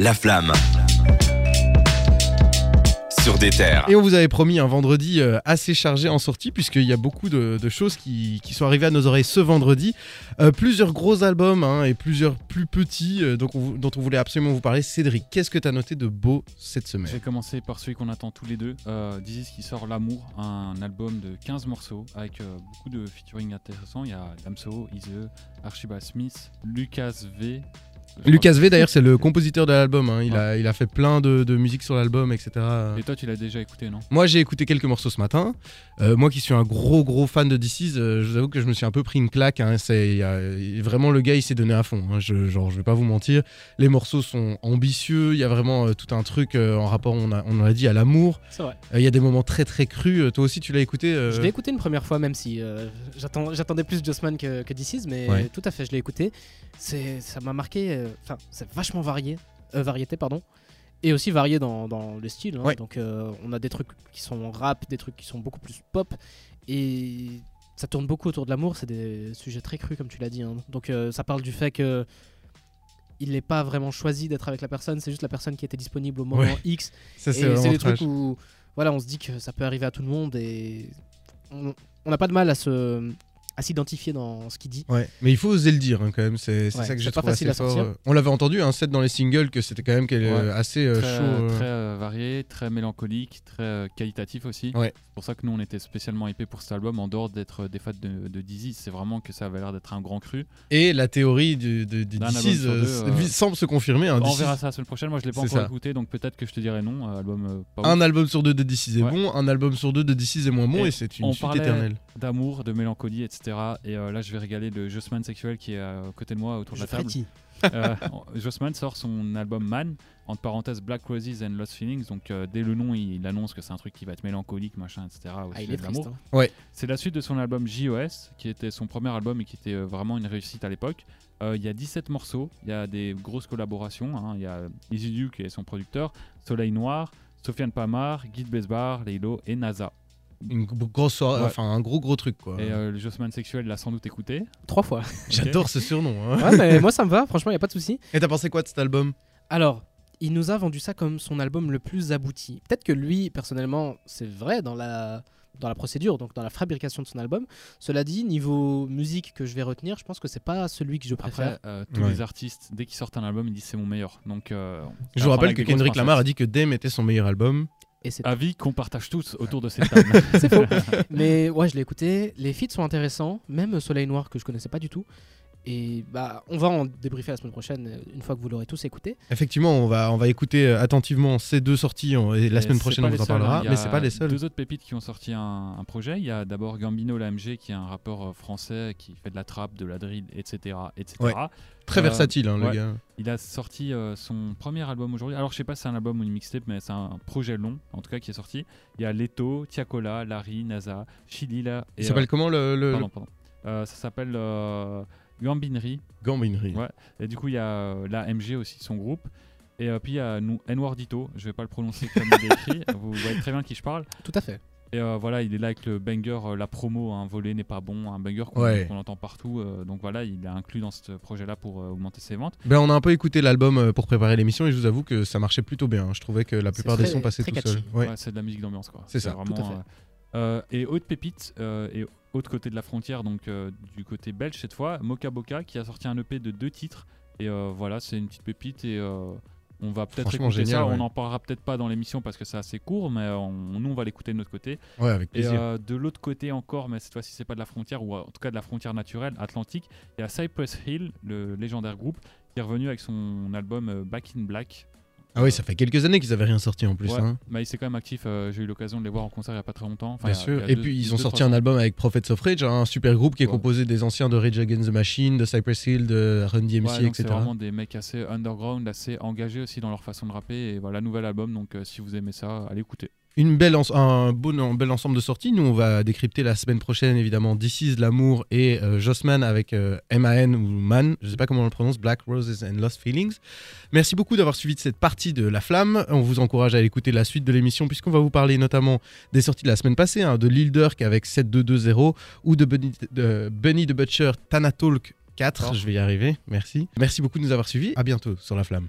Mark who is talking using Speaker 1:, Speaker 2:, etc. Speaker 1: La flamme. Sur des terres.
Speaker 2: Et on vous avait promis un vendredi euh, assez chargé en sortie, puisqu'il y a beaucoup de, de choses qui, qui sont arrivées à nos oreilles ce vendredi. Euh, plusieurs gros albums hein, et plusieurs plus petits euh, donc on vou- dont on voulait absolument vous parler. Cédric, qu'est-ce que tu as noté de beau cette
Speaker 3: Je
Speaker 2: semaine
Speaker 3: vais commencer par celui qu'on attend tous les deux, euh, Dizzy's qui sort L'amour, un album de 15 morceaux avec euh, beaucoup de featuring intéressants. Il y a Damso, Ize, Archibald Smith, Lucas V. Je crois
Speaker 2: Lucas V, d'ailleurs, c'est le compositeur de l'album. hein. Il, a, il a fait plein de, de musique sur l'album, etc.
Speaker 3: que- Et toi, tu l'as déjà écouté, non
Speaker 2: Moi, j'ai écouté quelques morceaux ce matin. Euh, moi, qui suis un gros, gros fan de DC's, je vous avoue que je me suis un peu pris une claque. hein. C'est euh, vraiment le gars, il s'est donné à fond. hein. Je, genre, je vais pas vous mentir. Les morceaux sont ambitieux. Il y a vraiment euh, tout un truc euh, en rapport, on, a, on l'a dit, à l'amour.
Speaker 4: C'est vrai.
Speaker 2: Euh, il y a des moments très, très crus. Euh, toi aussi, tu l'as écouté. euh,
Speaker 4: Je l'ai écouté une première fois, même si euh, j'attends- j'attendais plus Jossman que, que This Is, mais
Speaker 2: Ouais.
Speaker 4: tout à fait, je l'ai écouté. C'est- Ça m'a marqué, euh, enfin, c'est vachement varié, euh, variété, pardon, et aussi varié dans, dans le style. hein.
Speaker 2: Ouais.
Speaker 4: Donc, euh, on a des trucs qui sont rap, des trucs qui sont beaucoup plus pop, et ça tourne beaucoup autour de l'amour. C'est des sujets très crus, comme tu l'as dit. hein. Donc, euh, ça parle du fait que. Il n'est pas vraiment choisi d'être avec la personne, c'est juste la personne qui était disponible au moment
Speaker 2: Ouais.
Speaker 4: X
Speaker 2: ça, c'est
Speaker 4: et
Speaker 2: vraiment
Speaker 4: c'est des
Speaker 2: trash.
Speaker 4: trucs où voilà, on se dit que ça peut arriver à tout le monde et on on n'a pas de mal à se à s'identifier dans ce qu'il dit.
Speaker 2: Ouais, mais il faut oser le dire hein, quand même. C'est c'est
Speaker 4: Ouais,
Speaker 2: ça que
Speaker 4: c'est
Speaker 2: j'ai
Speaker 4: pas
Speaker 2: trouvé
Speaker 4: facile
Speaker 2: assez
Speaker 4: à
Speaker 2: fort.
Speaker 4: sortir.
Speaker 2: euh. On l'avait entendu, un set dans les singles, que c'était quand même quel-
Speaker 3: Ouais.
Speaker 2: assez euh,
Speaker 3: Très,
Speaker 2: chaud. euh.
Speaker 3: très, euh, varié, très mélancolique, très euh, qualitatif aussi.
Speaker 2: Ouais.
Speaker 3: C'est pour ça que nous, on était spécialement hypés pour cet album, en dehors d'être euh, des fans de, de Dizzy. C'est vraiment que ça avait l'air d'être un grand cru.
Speaker 2: Et la théorie du- de- des
Speaker 3: D'un
Speaker 2: DC's
Speaker 3: album sur deux, euh,
Speaker 2: semble se confirmer. hein.
Speaker 3: on
Speaker 2: This Is-
Speaker 3: verra ça la semaine prochaine. Moi, je l'ai pas
Speaker 2: C'est
Speaker 3: encore
Speaker 2: ça.
Speaker 3: écouté, donc peut-être que je te dirai non. euh, Album euh, pas ouf.
Speaker 2: Un album sur deux de DC's est
Speaker 3: Ouais.
Speaker 2: bon, un album sur deux de DC's est moins bon, et,
Speaker 3: Et
Speaker 2: c'est une
Speaker 3: on
Speaker 2: suite
Speaker 3: parlait-
Speaker 2: éternelle.
Speaker 3: d'amour, de mélancolie, etc. Et euh, là, je vais régaler le Jossman sexuel qui est euh, à côté de moi autour de
Speaker 4: Je
Speaker 3: la table.
Speaker 4: frétille.
Speaker 3: Euh, Jossman sort son album Man, entre parenthèses Black Roses and Lost Feelings. Donc, euh, dès le nom, il, il annonce que c'est un truc qui va être mélancolique, machin, etc. au
Speaker 4: Ah,
Speaker 3: sujet
Speaker 4: il est
Speaker 3: de
Speaker 4: triste.
Speaker 3: l'amour.
Speaker 4: hein.
Speaker 3: C'est la suite de son album JOS, qui était son premier album et qui était euh, vraiment une réussite à l'époque. Euh, Il y a 17 morceaux, il y a des grosses collaborations. hein. Il y a Easy Du qui est son producteur, Soleil Noir, Sofiane Pamar, Guide Besbar, Leilo et NASA.
Speaker 2: Une g- grosse soirée,
Speaker 3: Ouais.
Speaker 2: enfin un gros gros truc quoi.
Speaker 3: Et euh, le Jossman sexuel l'a sans doute écouté.
Speaker 4: Trois fois.
Speaker 2: J'adore ce surnom. hein.
Speaker 4: Ouais, mais moi ça me va. Franchement, il y a pas de souci.
Speaker 2: Et t'as pensé quoi de cet album
Speaker 4: Alors, il nous a vendu ça comme son album le plus abouti. Peut-être que lui, personnellement, c'est vrai dans la dans la procédure, donc dans la fabrication de son album. Cela dit, niveau musique que je vais retenir, je pense que c'est pas celui que je préfère.
Speaker 3: Après, euh, tous
Speaker 2: Ouais.
Speaker 3: les artistes, dès qu'ils sortent un album, ils disent c'est mon meilleur. Donc,
Speaker 2: Je
Speaker 3: euh, ça
Speaker 2: vous
Speaker 3: prend
Speaker 2: rappelle
Speaker 3: avec
Speaker 2: que
Speaker 3: des grosses
Speaker 2: Kendrick Lamar a
Speaker 3: pincettes.
Speaker 2: dit que Dame était son meilleur album.
Speaker 4: Et c'est
Speaker 3: Avis qu'on partage tous autour de cette table.
Speaker 4: C'est faux. Mais ouais, je l'ai écouté. Les feats sont intéressants, même Soleil Noir que je connaissais pas du tout. Et bah, on va en débriefer la semaine prochaine euh, une fois que vous l'aurez tous écouté.
Speaker 2: Effectivement, on va, on va écouter euh, attentivement ces deux sorties on- et la
Speaker 3: Et
Speaker 2: semaine
Speaker 3: c'est
Speaker 2: prochaine
Speaker 3: pas
Speaker 2: on
Speaker 3: les
Speaker 2: vous en
Speaker 3: seuls, hein.
Speaker 2: parlera,
Speaker 3: Il y
Speaker 2: mais
Speaker 3: a
Speaker 2: c'est pas les seuls.
Speaker 3: Deux autres pépites qui ont sorti un, un projet. Il y a d'abord Gambino l'AMG, qui est un rappeur euh, français qui fait de la trappe, de la drill, etc. etc.
Speaker 2: Ouais. Très
Speaker 3: Euh,
Speaker 2: versatile hein, le
Speaker 3: ouais.
Speaker 2: gars.
Speaker 3: Il a sorti euh, son premier album aujourd'hui. Alors, je sais pas si c'est un album ou une mixtape, mais c'est un projet long, en tout cas, qui est sorti. Il y a Leto, Tiakola, Larry, NASA, Chilila.
Speaker 2: Il
Speaker 3: et,
Speaker 2: s'appelle
Speaker 3: euh,
Speaker 2: comment le, le-
Speaker 3: pardon, pardon. Euh, ça s'appelle euh, Gambinerie.
Speaker 2: le- Gambinerie
Speaker 3: Ouais. Et du coup, il y a euh, la MG aussi, son groupe. Et euh, puis, il y a nous, Enwardito. Je vais pas le prononcer comme il est écrit. Vous voyez très bien de qui je parle.
Speaker 4: Tout à fait.
Speaker 3: Et euh, voilà, il est là avec le banger, euh, la promo, un volet n'est pas bon, un banger qu'on
Speaker 2: Ouais.
Speaker 3: qu'on entend partout. euh, donc voilà, il est inclus dans ce projet-là pour euh, augmenter ses ventes.
Speaker 2: Ben, on a un peu écouté l'album euh, pour préparer l'émission et je vous avoue que ça marchait plutôt bien. hein. Je trouvais que la plupart des
Speaker 4: très-
Speaker 2: sons passaient
Speaker 4: très
Speaker 2: tout
Speaker 4: catchy.
Speaker 2: seuls. Ouais.
Speaker 3: Ouais, c'est de la musique d'ambiance, quoi.
Speaker 2: C'est ça,
Speaker 3: vraiment,
Speaker 4: tout à fait.
Speaker 3: euh, euh, et autre pépite, euh, et autre côté de la frontière, donc euh, du côté belge cette fois, Moka Boka qui a sorti un EP de deux titres. Et euh, voilà, c'est une petite pépite et. euh, on va peut-être
Speaker 2: Franchement
Speaker 3: écouter
Speaker 2: génial,
Speaker 3: ça,
Speaker 2: ouais.
Speaker 3: on n'en parlera peut-être pas dans l'émission parce que c'est assez court, mais euh, on- nous on va l'écouter de notre côté.
Speaker 2: Ouais, avec
Speaker 3: Et
Speaker 2: plaisir.
Speaker 3: euh, de l'autre côté encore, mais cette fois-ci c'est pas de la frontière, ou euh, en tout cas de la frontière naturelle, Atlantique, il y a Cypress Hill, le légendaire groupe, qui est revenu avec son album euh, Back in Black.
Speaker 2: Ah oui, ça fait quelques années qu'ils avaient rien sorti en plus.
Speaker 3: Ouais,
Speaker 2: hein.
Speaker 3: Mais c'est quand même actif, euh, j'ai eu l'occasion de les voir en concert il y a pas très longtemps. Enfin,
Speaker 2: Bien
Speaker 3: il y a- il y
Speaker 2: sûr.
Speaker 3: a
Speaker 2: Et
Speaker 3: deux-
Speaker 2: puis ils
Speaker 3: deux,
Speaker 2: ont sorti
Speaker 3: trois
Speaker 2: un
Speaker 3: ans.
Speaker 2: album avec Prophets of Rage, un super groupe qui est
Speaker 3: Ouais.
Speaker 2: composé des anciens de Rage Against the Machine, de Cypress Hill, de Run DMC,
Speaker 3: Ouais, donc
Speaker 2: etc.
Speaker 3: c'est vraiment des mecs assez underground, assez engagés aussi dans leur façon de rapper. Et voilà, nouvel album, donc euh, si vous aimez ça, allez écouter.
Speaker 2: Une belle ens- un bon un bel ensemble de sorties. Nous, on va décrypter la semaine prochaine, évidemment, This is l'amour et euh, Jossman avec euh, MAN ou Man, je sais pas comment on le prononce, Black Roses and Lost Feelings. Merci beaucoup d'avoir suivi cette partie de La Flamme. On vous encourage à écouter la suite de l'émission, puisqu'on va vous parler notamment des sorties de la semaine passée, hein, de Lil Durk avec 7220 ou de Bunny de, Bunny the Butcher Thanatalk 4.
Speaker 3: D'accord.
Speaker 2: Je vais y arriver, merci. Merci beaucoup de nous avoir suivis. À bientôt sur La Flamme.